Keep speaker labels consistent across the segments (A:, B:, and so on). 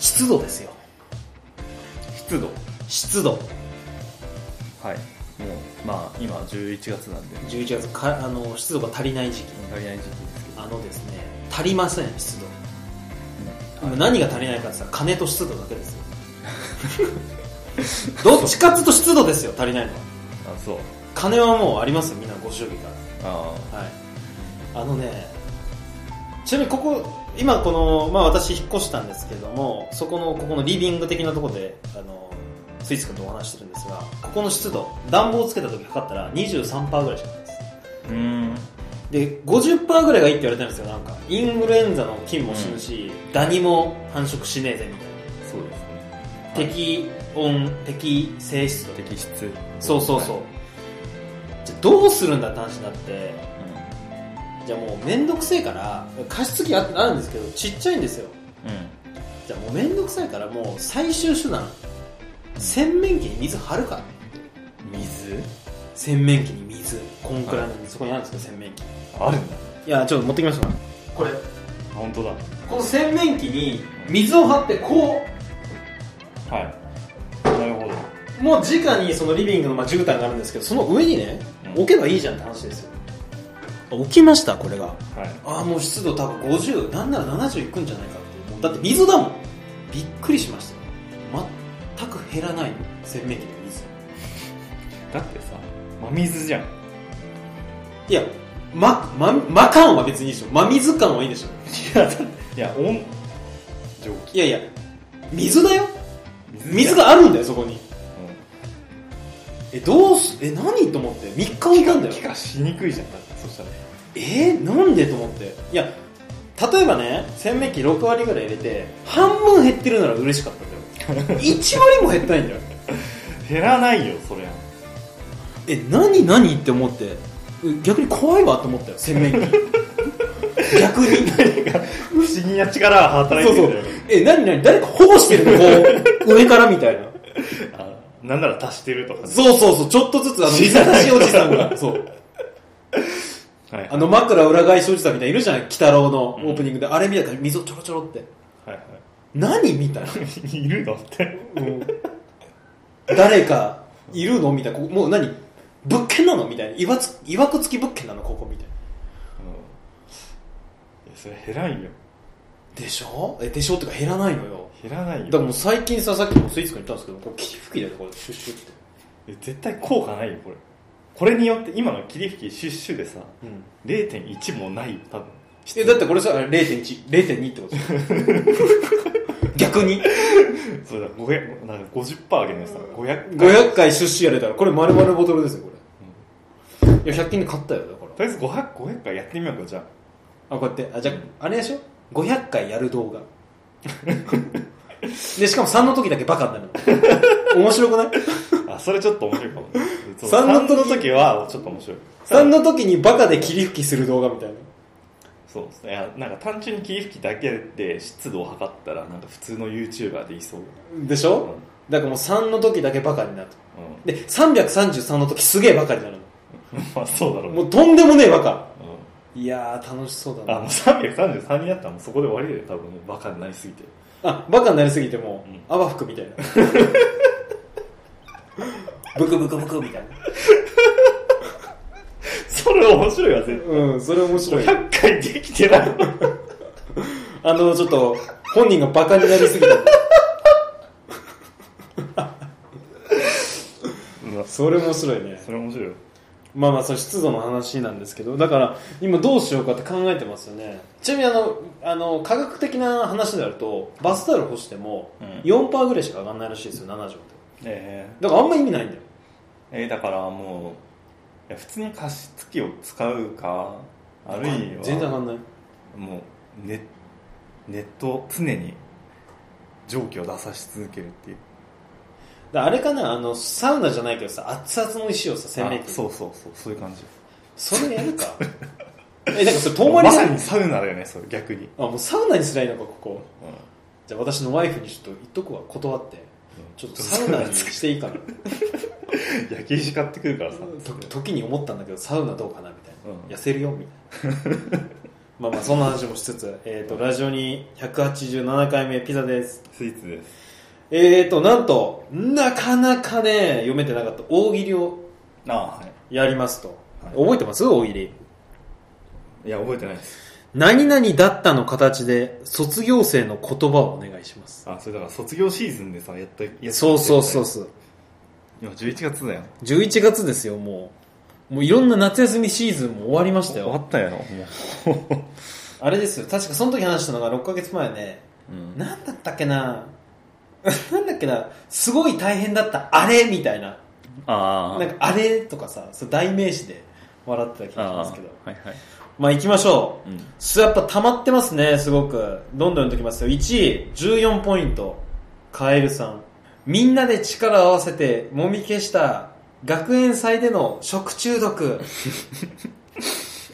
A: 湿度ですよ
B: 湿度
A: 湿度
B: はいもうまあ今11月なんで
A: 11月かあの湿度が足りない時期
B: 足りない時期ですけど
A: あのですね足りません湿度
B: うん
A: 今何が足りないかって言ったら金と湿度だけですよ どっちかっつうと湿度ですよ足りないのは
B: あそう
A: 金はもうありますよみんなご祝儀か
B: あ
A: らはいあのねちなみにここ今この、まあ、私引っ越したんですけれどもそこのここのリビング的なところであのスイーツ君とお話してるんですがここの湿度暖房つけた時測ったら23%ぐらいしかないです
B: あうん
A: で50%ぐらいがいいって言われてるんですよなんかインフルエンザの菌も死ぬし、ダニも繁殖しねえぜみたいな
B: そうですね
A: 適温適性質度
B: 適質
A: そうそうそう、じゃあどうするんだって話になって
B: う
A: じゃあもうめんどくせえから加湿器ああるんですけどちっちゃいんですよ
B: ん、
A: じゃあもうめんどくさいからもう最終手段洗面器に水張るか
B: うん、水
A: 洗面器に水こんくらいの水そこにあるんですか洗面器
B: あるんだ
A: いやちょっと持ってきましたこれ
B: 本当だ
A: この洗面器に水を張ってこう
B: はいなるほど
A: もう直にそのリビングのまあ絨毯があるんですけどその上にね
B: うん
A: 置けばいいじゃんって話ですよ置きましたこれが
B: はい
A: ああもう湿度多分50なんなら70いくんじゃないかっていうだって溝だもんびっくりしました全く減らない洗面器の水
B: だってさ真水じゃん
A: いやま、ま、ま感は別にいいでしょ真水感はいいでしょ
B: いやだっていや温蒸気
A: いやいや水だよ水
B: じゃん、
A: があるんだよそこに
B: うん
A: えどうすえ何と思って3日置いたんだよ
B: 気がしにくいじゃんだってそしたら
A: えー、なんでと思っていや例えばね洗面器6割ぐらい入れて半分減ってるなら嬉しかったんだよ1割も減ったいんだよ
B: 減らないよそりゃ
A: え何何って思ってう逆に怖いわと思ったよ洗面器 逆に
B: 不思議な力が働いてるんだよ
A: え何何誰か保護してるのこう上からみたいな
B: あなんなら足してるとかね
A: そうそうそうちょっとずつあの水出しおじさんがそう
B: はい
A: あの枕裏返しおじさんみたいないるじゃない鬼太郎のオ
B: うん
A: ープニングで、あれみたいな水をちょろちょろって
B: はいは
A: 何みたいな、
B: いいるのって
A: うん誰かいるのみたいなここもう何物件なのみたいないわついわくつき物件なのここみたいな
B: いやそれ減らんよ
A: でしょえでしょってか減らないのよ
B: 減らない
A: だから
B: よ
A: もう最近ささっきもスイーツ君言ったんですけどこう霧吹きでこれシュッシュって、
B: え絶対効果ないよこれこれによって今の霧吹きシュッシュでさ
A: うん、
B: 0.1もないよ多分
A: えだってこれさ0.10.2ってことでし ょ逆に
B: それだ500なんか50%上げるのさ500
A: 500回シュッシュやれたらこれ丸々ボトルですよこれ、いや100均で買ったよだから
B: とりあえず500 500回やってみようかじゃ
A: あこうやってあじゃああれでしょ500回やる動画 でしかも3の時だけバカになるの面白くない
B: ああそれちょっと面白いかも ねそう
A: 三の
B: 3
A: 時
B: の時はちょっと面白い
A: ?3 の時にバカで霧吹きする動画みたいな
B: そうですねいやなんか単純に霧吹きだけで湿度を測ったらなんか普通の YouTuber でいそう
A: でし
B: うん
A: ょだからもう3の時だけバカになる
B: うん
A: で333の時すげえバカになる
B: まあそうだろ
A: の
B: う、
A: もうとんでもねえバカ
B: うん
A: いやー楽しそうだ
B: あもう
A: な
B: 333になったらもうそこで終わりだよ多分もうバカになりすぎて
A: あバカになりすぎても
B: うん
A: う泡吹くみたいな ブクブクブクみたいな
B: それ面白いわ絶
A: うんそれ面白
B: 対
A: い
B: 100回できて ない
A: あのちょっと本人がバカになりすぎたそれ面白いね
B: それ面白いよ
A: まあまあその湿度の話なんですけどだから今どうしようかって考えてますよねちなみにあのあの科学的な話であるとバスタオル干しても
B: うん
A: 4%ぐらいしか上がらないらしいですよ70って
B: え
A: だからあんま意味ないんだよ
B: ええだからもういや普通に加湿器を使うかあるいは
A: 全然上がんない
B: もうネネットを常に蒸気を出さし続けるっていう
A: だからあれかなあのサウナじゃないけどさ熱々の石をさ洗面器
B: あ
A: に
B: そうそうそうそういう感じ
A: それやるか えだからそれ遠回
B: ま
A: りだ
B: さ
A: よ
B: にサウナだよねそれ逆に、
A: あもうサウナにすりゃいいのかここ
B: うん
A: じゃあ私のワイフにちょっと言っとくわ断ってちょっとサウナにしていいかな
B: 焼き石買ってくるからさ
A: と時に思ったんだけどサウナどうかなみたいな、
B: うん
A: 痩せるよみたいなまあまあそんな話もしつつ、えっと、ラジオに187回目ピザです。
B: スイーツです
A: えっ、と、なんと、なかなかね、読めてなかった大喜利を
B: ああはい
A: やりますと。
B: はい
A: 覚えてます大喜利。
B: いや覚えてないです
A: 何々だったの形で卒業生の言葉をお願いします。
B: あそれだから卒業シーズンでさやったやつ
A: そうそうそうそう。
B: 今11月だよ
A: 11月ですよ、もう。もういろんな夏休みシーズンも終わりました
B: 終わ
A: よ。
B: ったよもう、
A: あれですよ、確かその時話したのが6ヶ月前ね、
B: うん、
A: なんだったっけな なんだっけなすごい大変だった、あれみたいな。
B: ああ
A: なんかあれとかさ、それ代名詞で笑ってた気がしますけど。
B: はいはい、
A: まあ行きましょう。
B: うん、
A: すやっぱ溜まってますね、すごく。どんどんときますよ。1位、14ポイント。カエルさん。みんなで力を合わせて、もみ消した、学園祭での食中毒。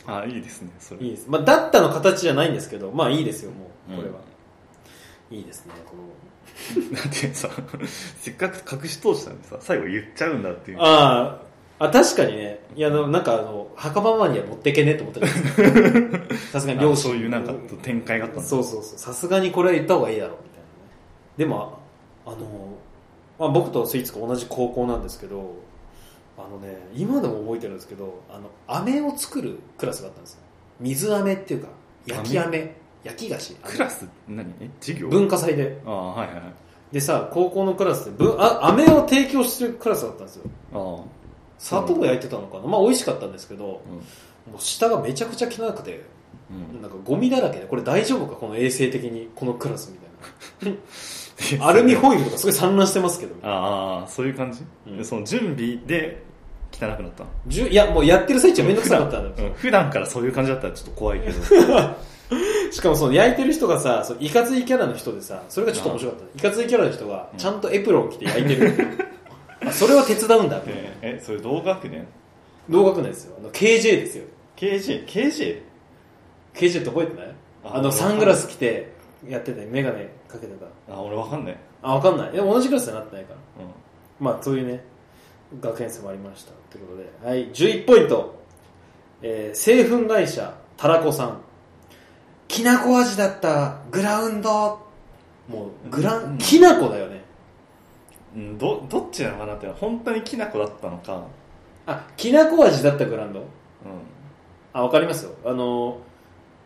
B: あいいですねそれ
A: いいです。まあ、だったの形じゃないんですけど、まあいいですよ、もう、これは。いいですね、この。
B: だってさ せっかく隠し通したのにさ最後言っちゃうんだっていう
A: ああ、あ、確かにね。いや、あのなんかあの、墓場までには持ってけねえと思ったけどさすがに両
B: あ
A: 親。
B: そういうなんか展開があったんだ
A: そうそうそう。さすがにこれは言った方がいいだろう、みたいなね。でも、ああの、まあ、僕とスイーツが同じ高校なんですけど、あのね、今でも覚えてるんですけど、あの、飴を作るクラスがあったんですよ。水飴っていうか、焼き飴。焼き菓子。
B: クラス何え授業
A: 文化祭で。
B: ああはいはいはい
A: でさ高校のクラスでぶあ飴を提供してるクラスだったんですよ
B: ああ
A: 砂糖を焼いてたのかな、まあ美味しかったんですけどもう下がめちゃくちゃ汚くて
B: うん、うん
A: なんかゴミだらけでこれ大丈夫かこの衛生的にこのクラスみたい なア
B: あ
A: ルミホイルとかすごい散乱してますけど
B: ああそういう感じ、
A: うん
B: でその準備で汚くなったの
A: じゅいやもうやってる最中はめんどくさかったんだ
B: うん普段からそういう感じだったらちょっと怖いけど
A: しかもその焼いてる人がさそのいかついキャラの人でさそれがちょっと面白かったいかついキャラの人が
B: うん
A: ちゃんとエプロン着て焼いてる あそれは手伝うんだみたいな
B: ええそれ同学年
A: 同学年ですよあの KJ ですよ
B: KJ?KJ?
A: 刑事って覚えてない
B: あ
A: あのサングラス着てやってて眼鏡かけてた
B: あ俺わかんない、
A: あわかんないでも同じクラスになってないから
B: うん、
A: まあそういうね学園生もありましたということではい11ポイント、えー、製粉会社たらこさんきなこ味だったグラウンドもうグラン、
B: うん
A: きなこだよね
B: うん、どどっちなのかなって本当にきな粉だったのか、
A: あきなこ味だったグラウンドあわかりますよあの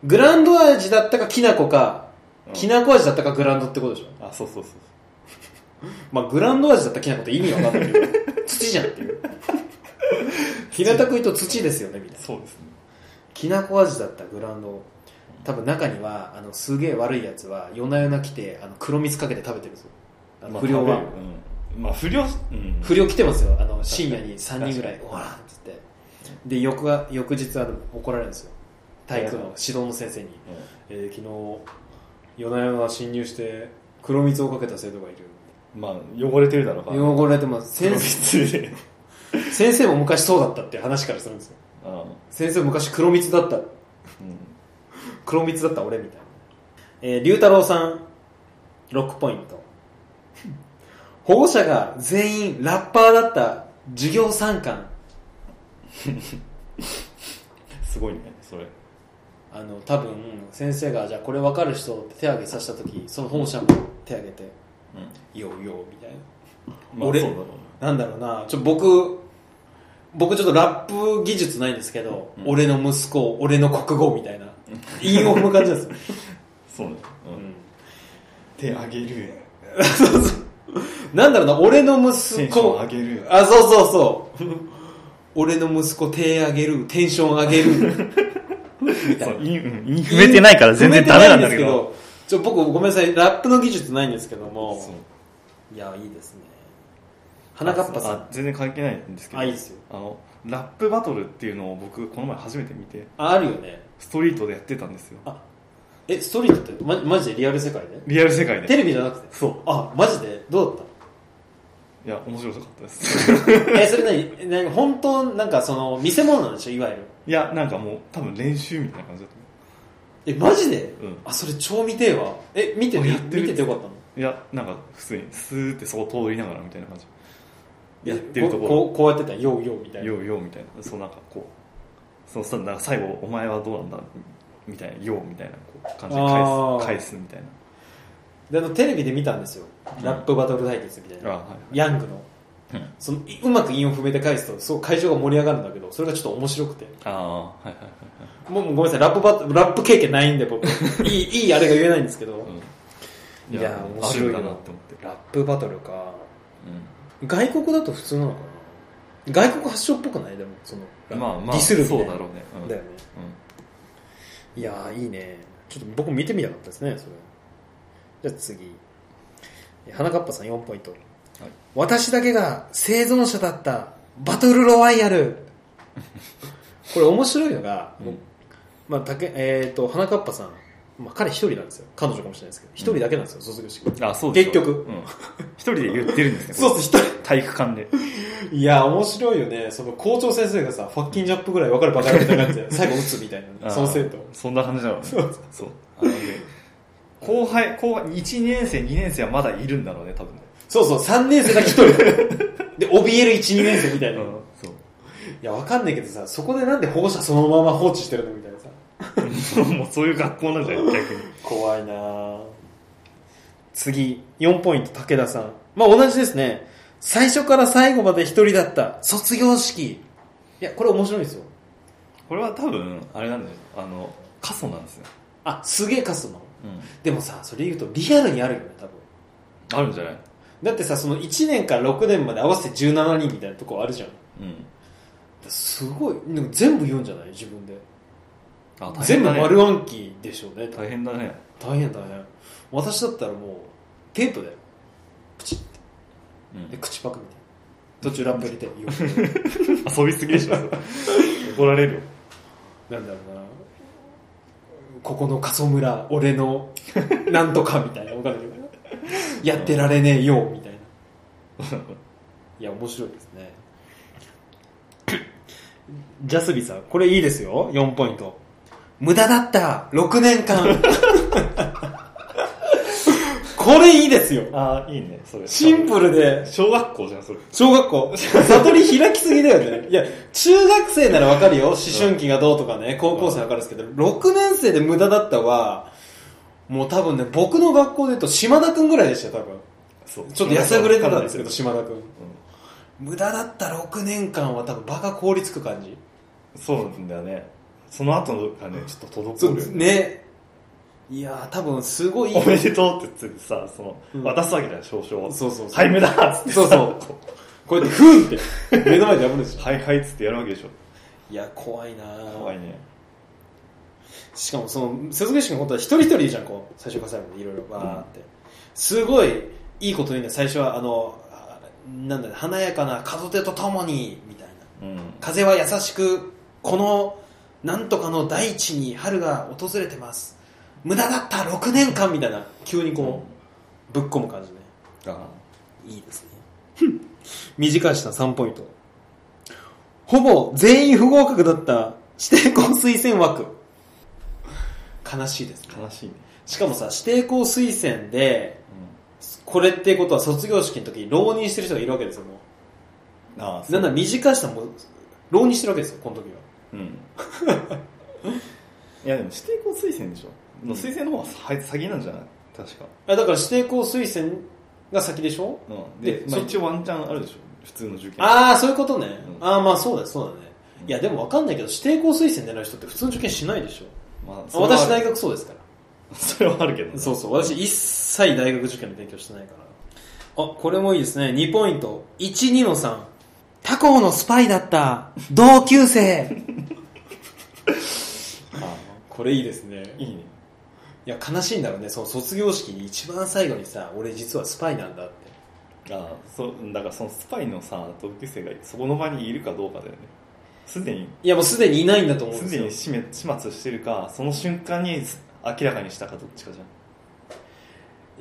A: グラウンド味だったかきなこか
B: うん、
A: きなこ味だったかグラウンドってことでしょ
B: あそうそうそう
A: まあ、グランド味だったきな粉って意味わかんないけど、土じゃんって いう。平たく言うと土ですよね、みたいな。
B: そうですね
A: きなこ味だったグランド。多分中には、あの、すげえ悪いやつは、夜な夜な来て、あの、黒蜜かけて食べてるんですよ。あの
B: まあ
A: 不良は。
B: 食べるうん、まあ不良、うん、
A: 不良来てますよ。あの、深夜に
B: か
A: 3
B: に
A: 人ぐらい、おらんっつって。で、翌は、翌日は怒られるんですよ。体育の指導の先生に。えー昨日、夜な夜な侵入して、黒蜜をかけた生徒がいる。
B: うん、まあ汚れてるだろう から
A: 汚れてます。
B: 黒
A: 先生
B: 蜜で
A: 先生も昔そうだったって話からするんですよ
B: うん、うん
A: 先生昔黒蜜だった黒蜜だった俺みたいなえー龍太郎さん6ポイント保護者が全員ラッパーだった授業参観
B: すごいねそれ
A: あの多分先生がじゃあこれ分かる人って手挙げさせた時その保護者も手挙げて「ようよう」みたい
B: まあ
A: 俺
B: そうだろうね
A: ななんだろうなちょ僕僕ちょっとラップ技術ないんですけど、
B: うん
A: 俺の息子俺の国語みたいな韻を踏む感じなんですよ、
B: そうね、う、
A: うんん
B: 手あげる
A: そうそう。なんだろうな、俺の息
B: テンション
A: 子
B: 上。げる
A: あ、そうそうそう。俺の息子手上げる、テンション上げ る。みたい
B: そ
A: な
B: うインうんイン踏めてないから全然ダメなんだけど。
A: ちょ、僕ごめんなさい、ラップの技術ないんですけども
B: そう。
A: いや、いいですね。花かっぱさ
B: あ全然関係ないんですけ
A: ん。
B: ど
A: あ、いいですよ。
B: あのラップバトルっていうのを僕この前初めて見て
A: あ、あるよね。
B: ストリートでやってたんですよ
A: あ、え、ストリートって、ま、マジでリアル世界で
B: リアル世界
A: テ
B: で
A: レビじゃなくて。
B: そ
A: あ、マジでどうだっ
B: ういや面白かったです
A: た え、それ何え何本当、なんかその、見せ物なんでしょいわゆる。
B: いやなんかもう多分練習みたいな感じだった
A: え、マジで
B: うん
A: あ、それ超見てえわ。え、見て
B: あ
A: て、
B: やってる
A: 見ててよかったの
B: いやなんか普通にスーってそこ通りながらみたいな感じ
A: え
B: やってるとこ
A: こ
B: ろ
A: うこうこうやってたら、ようようみたいな。
B: ようようみたいなそうなんかこうそのさなんか最後お前はどうなんだみたいな「よう」みたいなこう感じ
A: あー
B: で返す返すみたいな
A: であのテレビで見たんですよ、
B: うん
A: ラップバトル対決みたいな、
B: あはい
A: ヤングの
B: うん
A: そのいうまく韻を踏めて返すとすごい会場が盛り上がるんだけどそれがちょっと面白くて
B: ああはいはいは
A: もうごめんなさいラップバトラップ経験ないんで 僕いいいいあれが言えないんですけど、
B: いはい、うん、
A: いや面白いよ
B: あるんだなって思って、
A: ラップバトルか
B: う
A: 外国だと普通なのかな外国発祥っぽくないでもそのラップ
B: ん、まあまあ
A: ディスるみたい
B: そう
A: な
B: だろうね、うん
A: だよね
B: うん
A: いやーいいねちょっと僕見てみたかったですねそれじゃあ次え花かっぱさん4ポイント、私だけが生存者だったバトルロワイヤル これ面白いのが、
B: うん
A: まあたけえー、と花かっぱさん、まあ、彼一人なんですよ彼女かもしれないですけど一人だけなんですよ、卒業式
B: あそうでしょ
A: 結局
B: うん、一人で言ってるんですね
A: そう
B: こ
A: そう一人
B: れ体育館で
A: いや、面白いよね。その校長先生がさ、ファッキンジャップぐらい分かるバカみたいな感 じで、最後打つみたいな、その生徒。
B: そんな感じだろうね
A: そう
B: そうあのね後輩後輩1年生2年生はまだいるんだろうね多分ね
A: そうそう、3年生だけ 一人。で、怯える1、2年生みたいな。い
B: そう
A: や、分かんないけどさ、そこでなんで保護者そのまま放置してるのみたいなさ。
B: もう そういう学校なんじゃない逆に
A: 怖いなぁ次、4ポイント、武田さん。まあ、同じですね。最初から最後まで一人だった、卒業式。いや、これ面白いですよ。
B: これは多分あれなんだよあの過疎なんですよ、
A: あ、すげえ貸すの。でもさ、それ言うとリアルにあるよね、多分。
B: あるんじゃない、
A: だってさその1年から6年まで合わせて17人みたいなとこあるじゃん
B: うん、
A: すごいでも全部読んじゃない自分で
B: あ大
A: 全
B: 変
A: 部
B: だね
A: 丸暗記でしょうね
B: 大変だね
A: 大変大変私だったらもうテープだよプチって
B: うん
A: で口パクみたいな途中ラップ入れてよく
B: 遊びすぎでし ょ怒られるよ
A: なんだろうなここの過疎村俺のなんとかみたいなわかんないけどやってられねえよみたいないや面白いですねジャスビさんこれいいですよ4ポイント無駄だった6年間これいいですよ
B: ああいいねそれ
A: シンプルで
B: 小学校じゃんそれ
A: 小学校悟り開きすぎだよねいや中学生ならわかるよ思春期がどうとかね高校生わかるんですけど6年生で無駄だったはもう多分ね僕の学校で言うと島田君ぐらいでしたよ多分
B: そう
A: ちょっとやさぐれてたんですけど
B: う
A: 島田君
B: ん
A: 無駄だった6年間は多分場が凍りつく感じ
B: そうなんだよねその後のがねちょっと
A: そ
B: 滞
A: う
B: るよね
A: ねいやー多分すごい
B: おめでとうって言ってさその、
A: うん
B: 渡すわけじゃん少々を
A: そうそうそう
B: はい無駄っつって
A: そうそうこうや ってフンって目の前でやるんですよ
B: はいはいっつってやるわけでしょ
A: いや怖いなー
B: 怖いね
A: しかもその卒業式のことは一人一人いるじゃんこう最初から最後までいろいろわーって、すごいいいこと言うんだよ最初はあのあなんだろう華やかな門出とともにみたいな
B: うん
A: 風は優しくこのなんとかの大地に春が訪れてます無駄だった6年間みたいな急にこう、ぶっ込む感じね
B: あ
A: いいですね短いした3ポイントほぼ全員不合格だった指定校推薦枠悲しいですね
B: ー悲しいね、
A: しかもさ指定校推薦でこれってことは卒業式の時に浪人してる人がいるわけですよも
B: うん、ああ
A: うなんなら短いしたもう浪人してるわけですよこの時は
B: うん いやでも指定校推薦でしょ、の推薦の方はさ先なんじゃない確か、
A: あだから指定校推薦が先でしょ
B: うん、で
A: で
B: まあ、
A: そ
B: 一応ワンチャンあるでしょ普通の受験
A: ああそういうことね、
B: うん
A: ああまあそうだそうだね
B: うん
A: いやでも分かんないけど指定校推薦でない人って普通の受験しないでしょ
B: まあ、それはあ
A: 私
B: る
A: 大学そうですから
B: それはあるけど、ね、
A: そうそう私一切大学受験の勉強してないからあこれもいいですね2ポイント12の3他校のスパイだった同級生
B: あ
A: これいいですね
B: ーいいね
A: いや悲しいんだろうねその卒業式に一番最後にさ俺実はスパイなんだって
B: ああそうだからそのスパイのさ同級生がそこの場にいるかどうかだよねすでに
A: いやもうすでにいないんだと思うんですす
B: で
A: よ
B: に始め始末してるかその瞬間に明らかにしたかどっちかじゃん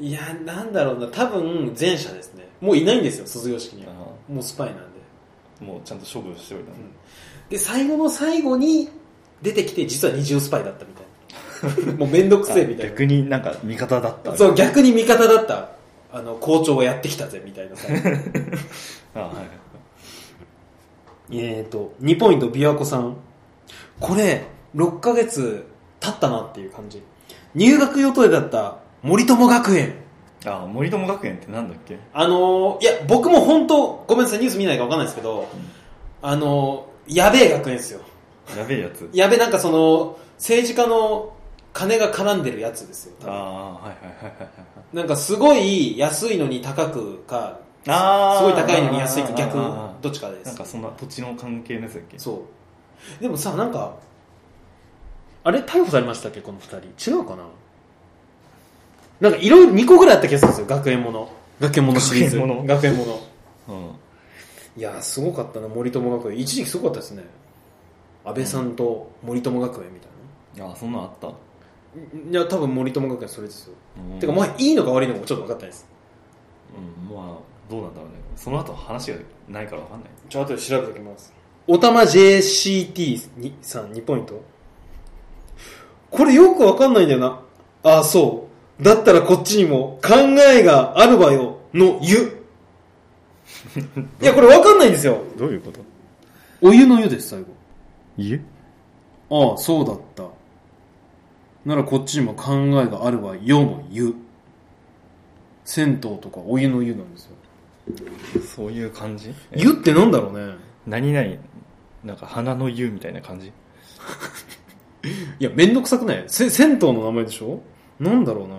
A: いやなんだろうな多分前者ですねもういないんですよ卒業式には
B: あ
A: もうスパイなんで
B: あもうちゃんと処分しておいたの、
A: で最後の最後に出てきて実は二重スパイだったみたい なもう面倒くせえみたい
B: 逆になんか味方だった
A: なそう逆に味方だったあの校長をやってきたぜみた いなさ
B: ああはいはい
A: えーと2ポイント琵琶湖さんこれ6ヶ月立ったなっていう感じ入学予定だった森友学園
B: あ森友学園ってなんだっけ
A: あのーいや僕も本当ごめんなさいニュース見ないから分かんないですけど、あのーやべえ学園ですよ
B: やべえやつ
A: やべえなんかその政治家の金が絡んでるやつですよ多
B: あ
A: 分
B: あはいはいはいはいはい
A: なんかすごい安いのに高くか
B: あー
A: すごい高いのに安いか逆
B: あーあー
A: どっちかです
B: なんかそんな土地の関係のやつだっけ
A: そうでもさなんかあれ逮捕されましたっけこの2人違うかななんかいろいろ2個ぐらいあった気がするんですよ学園もの学園ものシリーズ
B: 学園もの
A: 学園もの
B: うん
A: いやーすごかったな森友学園一時期すごかったですね安倍さんと森友学園みたい
B: あそんなんあった、
A: な、いや多分森友学園それですよ、
B: うん
A: てかもういいのか悪いのかもちょっと分かったです
B: うんまあどうなんだろうねその後話がないから分かんない
A: ちょっと後で調べておきますおたま JCT にさん2ポイントこれよくわかんないんだよなああそうだったらこっちにも考えがあるわよの 湯いやこれわかんないんですよ
B: どういうこと
A: お湯の湯です最後
B: 湯
A: ああそうだったならこっちにも考えがあるわよの湯銭湯とかお湯の湯なんですよ
B: そういう感じえ
A: 湯ってなんだろうね
B: 何々なんか花の湯みたいな感じ
A: いや、めんどくさくないせ銭湯の名前でしょなんだろうな。い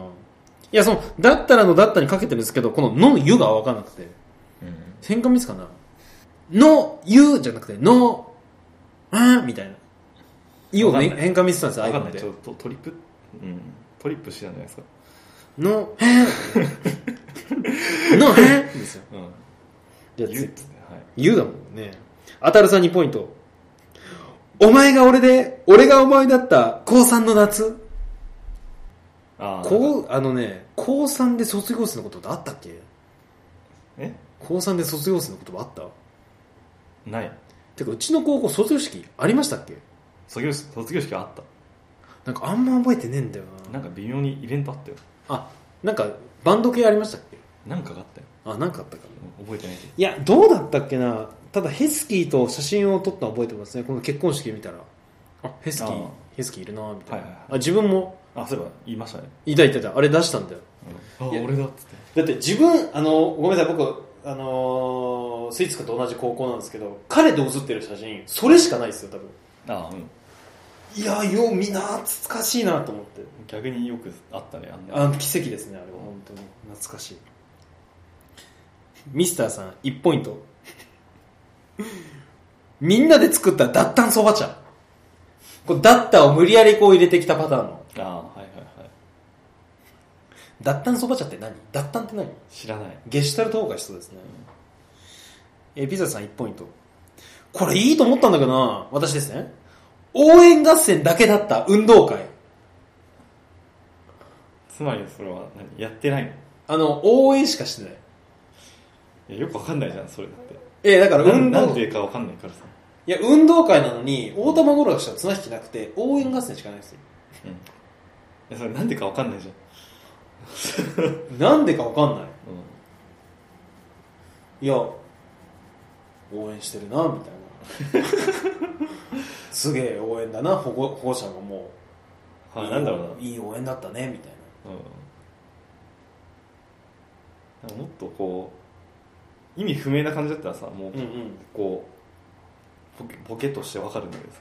A: や、その、だったらのだったにかけてるんですけど、このの湯がわかんなくて。
B: うん
A: 戦艦ミスかなの湯じゃなくて、の、あーみたいな。湯を
B: わか
A: ね
B: んない
A: 変換ミスったんですよ、
B: 分か
A: iPhone
B: んない
A: で
B: ちょっとトリップうんトリップしてたんじゃないですか
A: の、えーの、えーですよ。
B: うん
A: じゃあ
B: 湯
A: 次
B: っつってはい
A: 言うだもんね。あたるさん2ポイント。お前が俺で、俺がお前だった高3の夏。
B: ああ
A: こう、あのね、高3で卒業生のことってあったっけ
B: え
A: 高3で卒業生の言葉あった
B: ない
A: てかうちの高校卒業式ありましたっけ
B: 卒業式卒業式はあっ
A: なんかあんま覚えてねえんだよ
B: た
A: な
B: なんか微妙にイベントあったよ
A: あなんかバンド系ありましたっけ
B: なんかがあったよ
A: あなんかあったかな
B: うん覚えてないけど
A: いやどうだったっけなただヘスキーと写真を撮ったの覚えてますねこの結婚式見たらあヘスキ
B: あ
A: ー
B: ー
A: ヘスキーいるなみたいな、
B: はいはいはい
A: あ自分も
B: あそういえば言いましたね
A: いたいたいたあれ出したんだよ
B: あ
A: いや
B: 俺だっつって
A: だって自分あのごめんなさい僕あのスイーツ君と同じ高校なんですけど彼と写ってる写真それしかないですよ多分
B: あうん
A: いやようみんな懐かしいなと思って
B: 逆によくあったねあんな
A: あの奇跡ですねあれは本当に懐かしいミスターさん1ポイントみんなで作った脱炭そば茶これ脱炭を無理やりこう入れてきたパターンの
B: あはいはいはい
A: 脱炭そば茶って何脱炭って何
B: 知らない
A: ゲシュタルト崩壊しそうですねえピザさん1ポイントこれいいと思ったんだけどな私ですね応援合戦だけだった運動会
B: つまりそれは何やってないの
A: あの応援しかしてない
B: いやよくわかんないじゃんそれだって
A: えだから
B: なん
A: 運動
B: なんでかわかんないからさ、
A: いや、運動会なのに、大玉ゴロがしたら綱引きなくて、応援合戦しかないんですよ。
B: うん、いやそれなんでかわかんないじゃん、
A: なんでかわかんない。
B: うん、
A: いや、応援してるな、みたいな。 すげえ応援だな、保護保護者ももう。
B: はい
A: い
B: なんだろうな、
A: いい応援だったね、みたい
B: うん、なんかもっとこう意味不明な感じだったらさもう
A: な。うんうん。
B: こう、ボケボケとしてわかるんだけどさ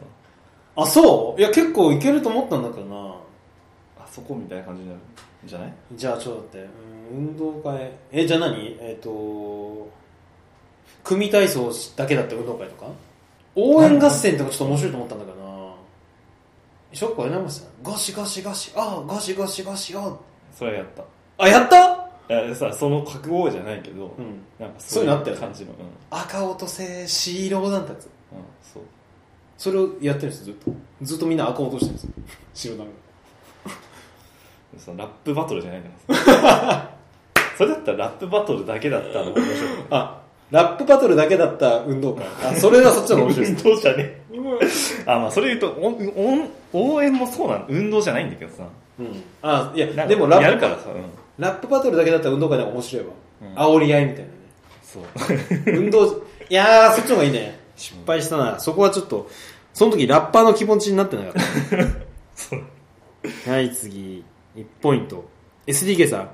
A: あ、そういや、結構いけると思ったんだけどな。
B: あそこみたいな感じになるんじゃない
A: じゃあ、ちょっと待って。うん運動会、え、じゃあ何えっ、と、組体操だけだった運動会とか応援合戦とかちょっと面白いと思ったんだけどな。ショックはやりましたゴシゴシゴシ、ああ、ゴシゴシゴシ、あ
B: それはやった
A: あ。あ、やった
B: いやさその覚悟じゃないけど、
A: うん。
B: なんか
A: そういうのあったよね
B: 感じのうん、うん、
A: 赤落とせ、白なんてやつ。
B: そう
A: それをやってるんですよ、ずっと。ずっとみんな赤落としてるんですよ。 白なんか。
B: そのラップバトルじゃないんだから さそれだったらラップバトルだけだったら面白いよね
A: あ、ラップバトルだけだった運動会。あ、それはそっちの方が面白いです。
B: 運動じゃねあまあそれ言うとおんおん応援もそうなの運動じゃないんだけどさ
A: うん。あ、いや
B: な、んか
A: でもラ
B: や
A: ッ
B: る
A: プ
B: からさ、うん、
A: ラップバトルだけだったら運動会の方が面白いわ。
B: うん
A: 煽り合いみたい
B: そう
A: なね。運動、いやー、そっちの方がいいね。失敗したな。そこはちょっと、その時ラッパーの気持ちになってなかった。
B: そう
C: はい、次。1ポイント。SDK さん。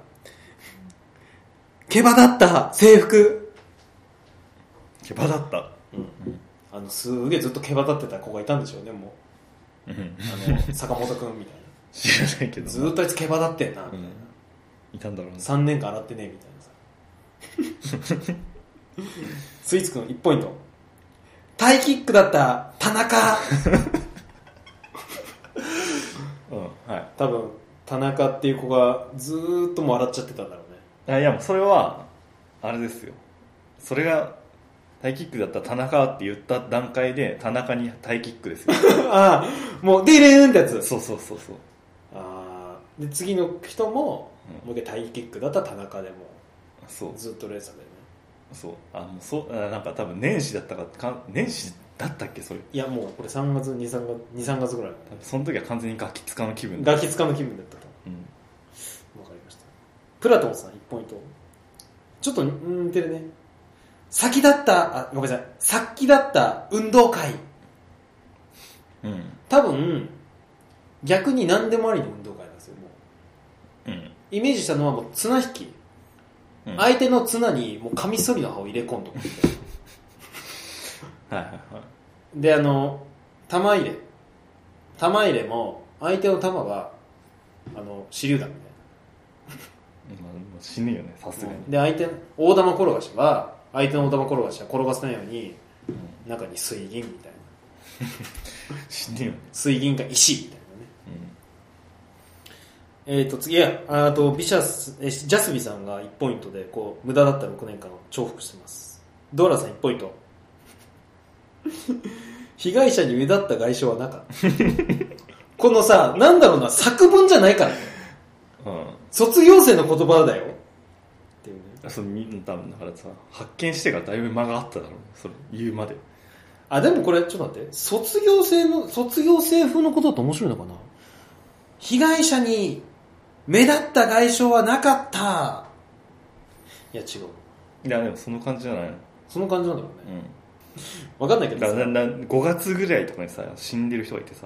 C: 毛羽だった制服
B: 毛羽だった
A: うん、あのすげえずっと毛羽立ってた子がいたんでしょうねもうあの坂本君みたい
B: 知らないけ
A: な
B: ど
A: ずっとあいつ毛羽立ってんなみたいな、
B: いたんだろうな
A: 3年間洗ってねえみたいなさスイーツ君1ポイント
C: タイキックだった田中
B: うんは
A: 多分田中っていう子がずーっともう洗っちゃってたんだろうね
B: いあいやもうそれはあれですよそれがタイキックだったら田中って言った段階で田中にタイキックですよ
A: ああもうデイレーンってやつ
B: そうそうそうそう
A: ああで次の人も、
B: うん
A: もう一回タイキックだったら田中でも
B: そう
A: ずっとレーサーでね
B: そうあもうそうあなんか多分年始だったかか年始だったっけそれ
A: いやもうこれ3月23月23月ぐらい
B: 多分その時は完全にガキ使の気分だ、
A: ガキつかの気分だったと
B: うん、
A: わかりましたプラトンさん1ポイントちょっと似てるね
C: 先だった、あ、ごめんなさい。殺気だった運動会。
B: うん
A: 多分逆に何でもありの運動会なんですよもう
B: うん
A: イメージしたのはもう綱引き、
B: うん
A: 相手の綱にもうカミソリの刃を入れ込んどくみたいな
B: はいはいはい
A: であの玉入れ玉入れも相手の玉はあの手榴弾みたいな
B: まあ、もう死ぬよねさすがに、
A: で相手大玉転がしは相手の大玉転がしは転がさないように中に水銀みたいな
B: 死ぬよね、
A: 水銀か石みたいなねえー、と次はああとビシャスえジャスビさんが1ポイントでこう無駄だった6年間を重複してますドーラさん1ポイント被害者に目立った外傷はなかったこのさなんだろうな作文じゃないからね
B: うん、うん
A: 卒業生の言葉だよっていうね
B: あそうみ多分だからさ発見してからだいぶ間があっただろうねそれ言うまで
A: あでもこれちょっと待って卒業生の卒業生風のことだと面白いのかな
C: 被害者に目立った外傷はなかった。
A: いや違う
B: いやでもその感じじゃないの、
A: その感じなんだろうね
B: う
A: わかんないけ
B: ん、
A: ど
B: だ
A: さ
B: からだんだん5月ぐらいとかにさ死んでる人がいてさ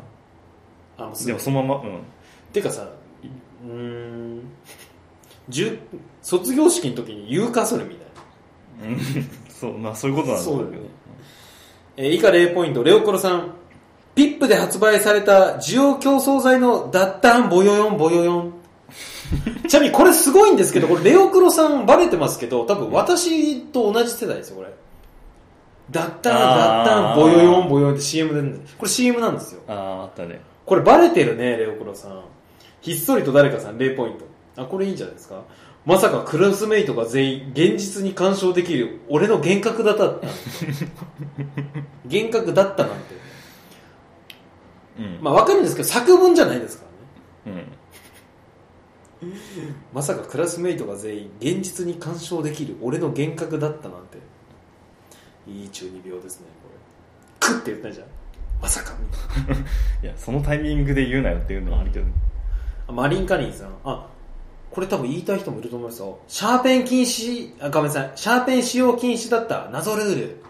A: あもうすぐ
B: でもそのままうん
A: てかさうーんじゅ卒業式の時に言うかそれみたいな、
B: うんそうまあそういうことなんだ
A: そう
B: ろ
A: だ
B: け
A: よ
B: ど
A: ねえー以下0ポイントレオコロさんピップで発売された需要競争剤の脱炭ボヨヨンボヨヨン ちなみにこれすごいんですけどこれレオクロさんバレてますけど多分私と同じ世代ですよこれ脱炭脱
B: あー
A: 炭ボヨヨンボヨヨンって CM でこれ CM なんですよ
B: あああったね
A: これバレてるね、レオクロさん。ひっそりと誰かさん0ポイント。あ、これいいんじゃないですかまさかクラスメイトが全員現実に干渉できる俺の幻覚だったなんて。幻覚だったなんて。
B: うん、
A: まあわかるんですけど作文じゃないですからね。
B: うん
A: まさかクラスメイトが全員現実に干渉できる俺の幻覚だったなんて。いい中二病ですね、これ。クって言ったじゃん。まさかみたいない
B: やそのタイミングで言うなよっていうのはあるけど、ね、
A: あマリンカリンさん。あ、これ多分言いたい人もいると思いますよ。シャーペン禁止、あ、ごめんなさい。シャーペン使用禁止だった謎ルール。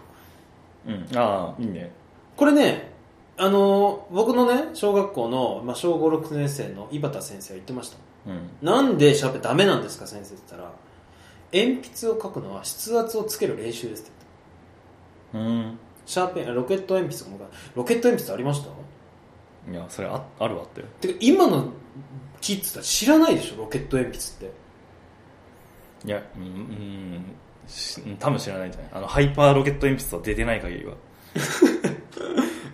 B: うんああいいね
A: これね、あのー僕のね、小学校の、まあ、小5、6年生の井端先生は言ってました。
B: うん
A: なんでシャーペンダメなんですか、先生って言ったら、鉛筆を書くのは筆圧をつける練習ですって言っ
B: うん
A: た。シャーペン、あロケット鉛筆とかもロケット鉛筆ありました
B: いやそれああるわあったよ
A: てか、今のキッズたち知らないでしょ、ロケット鉛筆って。
B: いやうん、うんしうん、多分知らないんじゃないあのハイパーロケット鉛筆は出てない限りは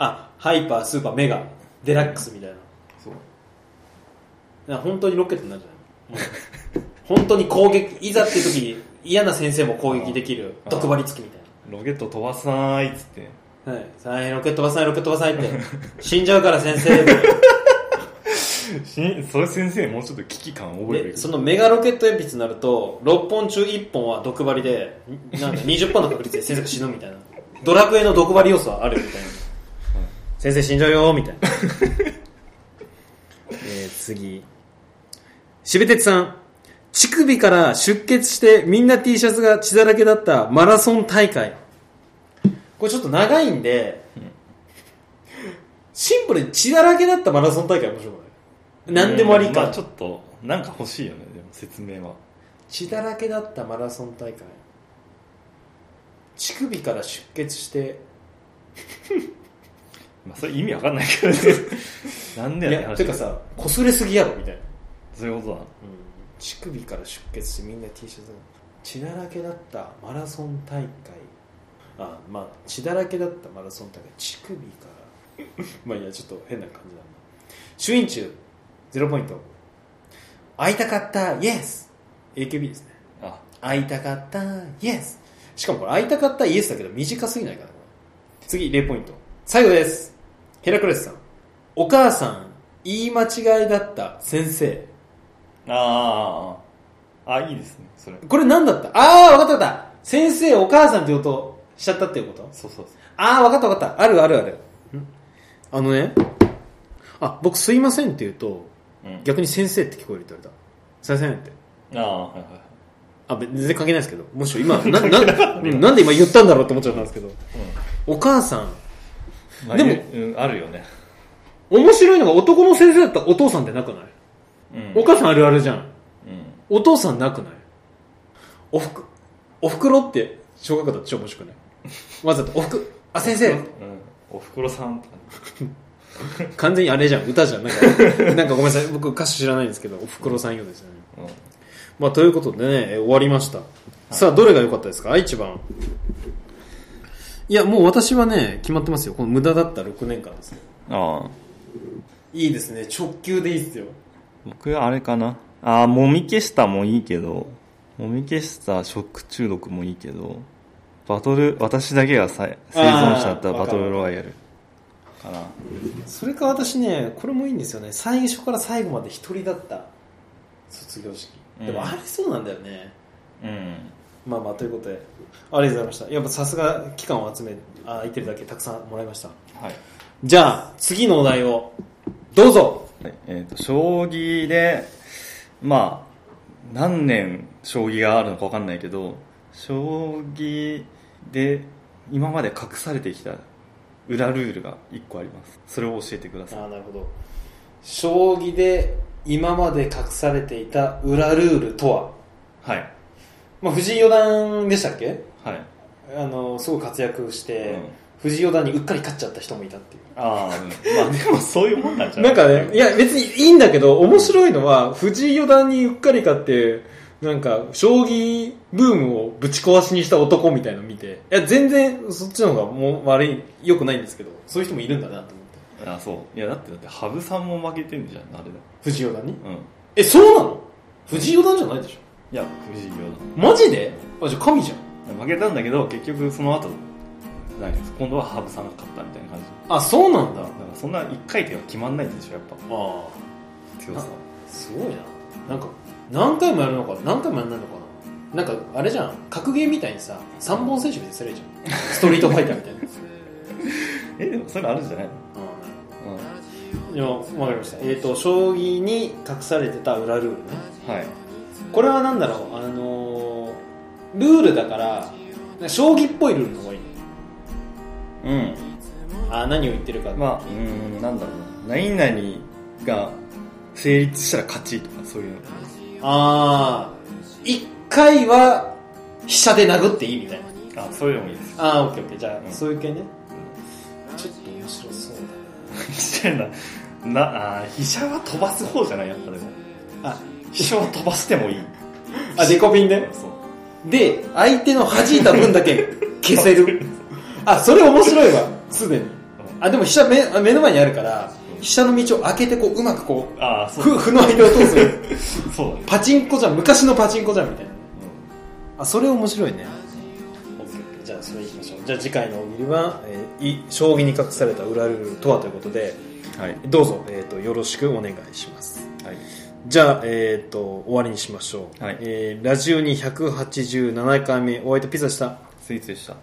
A: あ、ハイパー、スーパー、メガ、デラックスみたいな。
B: そう
A: な本当にロケットになるじゃない本当に攻撃いざっていう時に嫌な先生も攻撃できる
B: あー
A: 毒針付きみたい
B: ロケット飛ばさないっつって
A: なはい大変ロケット飛ばさないロケット飛ばさないって死んじゃうから先生
B: しそれ先生もうちょっと危機感覚えるべ
A: で
B: き
A: そのメガロケット鉛筆になると6本中1本は毒針でなんか20%の確率で先生が死ぬみたい なドラクエの毒針要素はあるみたいな先生死んじゃうよみた いな
C: えー、次。しべてつさん。乳首から出血してみんな T シャツが血だらけだったマラソン大会。
A: これちょっと長いんで
B: ん
A: シンプルに血だらけだったマラソン大会面白くない何でもありか、
B: まあ、ちょっとなんか欲しいよねでも説明は
A: 血だらけだったマラソン大会乳首から出血して
B: まあそれ意味わかんないけどね なん
A: い
B: でやねん
A: やてかさ擦れすぎやろみたいな、
B: そういうことだな
A: 乳首から出血してみんな T シャツなの血だらけだったマラソン大会あまあ血だらけだったマラソン大会乳首から まあいやちょっと変な感じなんだ主演中0ポイント会いたかったイエス AKB ですね
B: あ
A: 会いたかったイエスしかもこれ会いたかったイエスだけど短すぎないかなこれ次0ポイント最後ですヘラクレスさんお母さん言い間違いだった先生
B: あーあーあーいいですねそれ
A: これ何だったああ分かった分かった先生お母さんって言おうとしちゃったっていうこと
B: そうそう
A: ああ分かった分かったあるあるあるあのねあ僕すいませんって言うと
B: そう、うん、
A: 逆に先生って聞こえるって言われたすいませんって
B: ああはいはい
A: あべ全然関係ないですけどむしろ今ななうんなんで今言ったんだろうって思っちゃったんですけどお母さん
B: うんまあ
A: でも
B: ゆうん、あるよね、
A: 面白いのが男の先生だったらお父さんってなくない、
B: うん、
A: お母さんあるあるじゃん
B: うん
A: お父さんなくないおふくおふくろって小学校だと超面白くないわざとおふくあ先生
B: うん、おふくろさんとかね
A: 完全にあれじゃん歌じゃんなんか なんかごめんなさい僕歌手知らないんですけどおふくろさんようですよね、
B: うん
A: まあ、ということでねえー終わりました、さあどれが良かったですか一番いやもう私はね決まってますよこの無駄だった6年間ですよ
B: ああ
A: いいですね直球でいいですよ
B: 僕はあれかなああもみ消したもいいけどもみ消した食中毒もいいけどバトル私だけがさ生存者だった
A: あー
B: バトルロワイヤルかな
A: それか私ねこれもいいんですよね最初から最後まで一人だった卒業式、
B: うん
A: でもありそうなんだよね
B: うん
A: まあまあということでありがとうございましたやっぱさすが期間を集めあ空いてるだけたくさんもらいました
B: はい、
A: じゃあ次のお題をどうぞ
B: はいえー、と将棋でまあ何年将棋があるのか分かんないけど将棋で今まで隠されてきた裏ルールが1個ありますそれを教えてください
A: ああなるほど将棋で今まで隠されていた裏ルールとは、
B: はい
A: まあ、藤井四段でしたっけ
B: はい
A: あのすごい活躍して、
B: うん
A: 藤井四段にうっかり勝っちゃった人もいたっていう
B: ああ、うんまあでもそういうもんなんじゃな
A: ないんかね、いや別にいいんだけど、面白いのは、藤井四段にうっかり勝って、なんか、将棋ブームをぶち壊しにした男みたいの見て、いや全然そっちの方がもう悪い、良くないんですけど、そういう人もいるんだなと思って。
B: あそう。いや、だって、だって、羽生さんも負けてんじゃん、あれだ。
A: 藤井四段に
B: うん。い
A: え、そうなの藤井四段じゃないでしょ
B: や、藤井四
A: マジであ、じゃあ神じゃん。
B: 段。負けたんだけど、結局その後、ないです。今度は羽生さんが勝ったみたいな感じ。
A: あ、そうなんだ。あ
B: だから、そんな一回転は決まんないんでしょ、やっぱ。
A: あ、
B: 強さは。
A: すごいな。なんか、何回もやるのか、何回もやんないのかな。なんか、あれじゃん、格ゲーみたいにさ、三本選手見せるじゃん。ストリートファイターみたいな。
B: え、でもそういうのあるんじゃないの
A: うん
B: うん。
D: い
A: いや、わかりました。えっ、と、将棋に隠されてた裏ルールね。
B: はい。
D: こ
A: こ
D: れ
A: れ
D: は
A: はなんだろう、あのールールだから、将棋っぽいルールの方がいい。
B: うん。
A: あー、何を言ってるか。
B: まあ、うん、なんだろうな。何々が成立したら勝ちとか、そういうの。
A: あー、一回は、飛車で殴っていいみたいな。
B: あ、そういうのもいいですよ。
A: あー、オッケーオッケー。じゃあ、
B: うん
A: そういう系ね。ちょっと面白そうだ
B: ちっちゃいな。な、あー飛車は飛ばす方じゃない、やっぱでも。
A: な。あ、
B: 飛車は飛ばしてもいい。
A: あ、デコピンね。
B: そう。
A: で、相手の弾いた分だけ消せ る。あ、それ面白いわ、すでに。あ、でも飛車目あ目の前にあるから、飛車の道を開けてこう、うまくこう、
B: ああ、そう。
A: ふ、歩の間を通す。
B: そうだね。
A: パチンコじゃん、昔のパチンコじゃんみたいな。あ、それ面白いね。じゃあ、それいきましょう。じゃあ次回の大喜利は、えーい将棋に隠された裏ルールとはということで、
B: はい。
A: どうぞ、えっ、と、よろしくお願いします。
B: はい。
A: じゃあ、えっ、と、終わりにしましょう。
B: はい
A: えーラジオに187回目、お相手ピザした。
B: スイーツでした。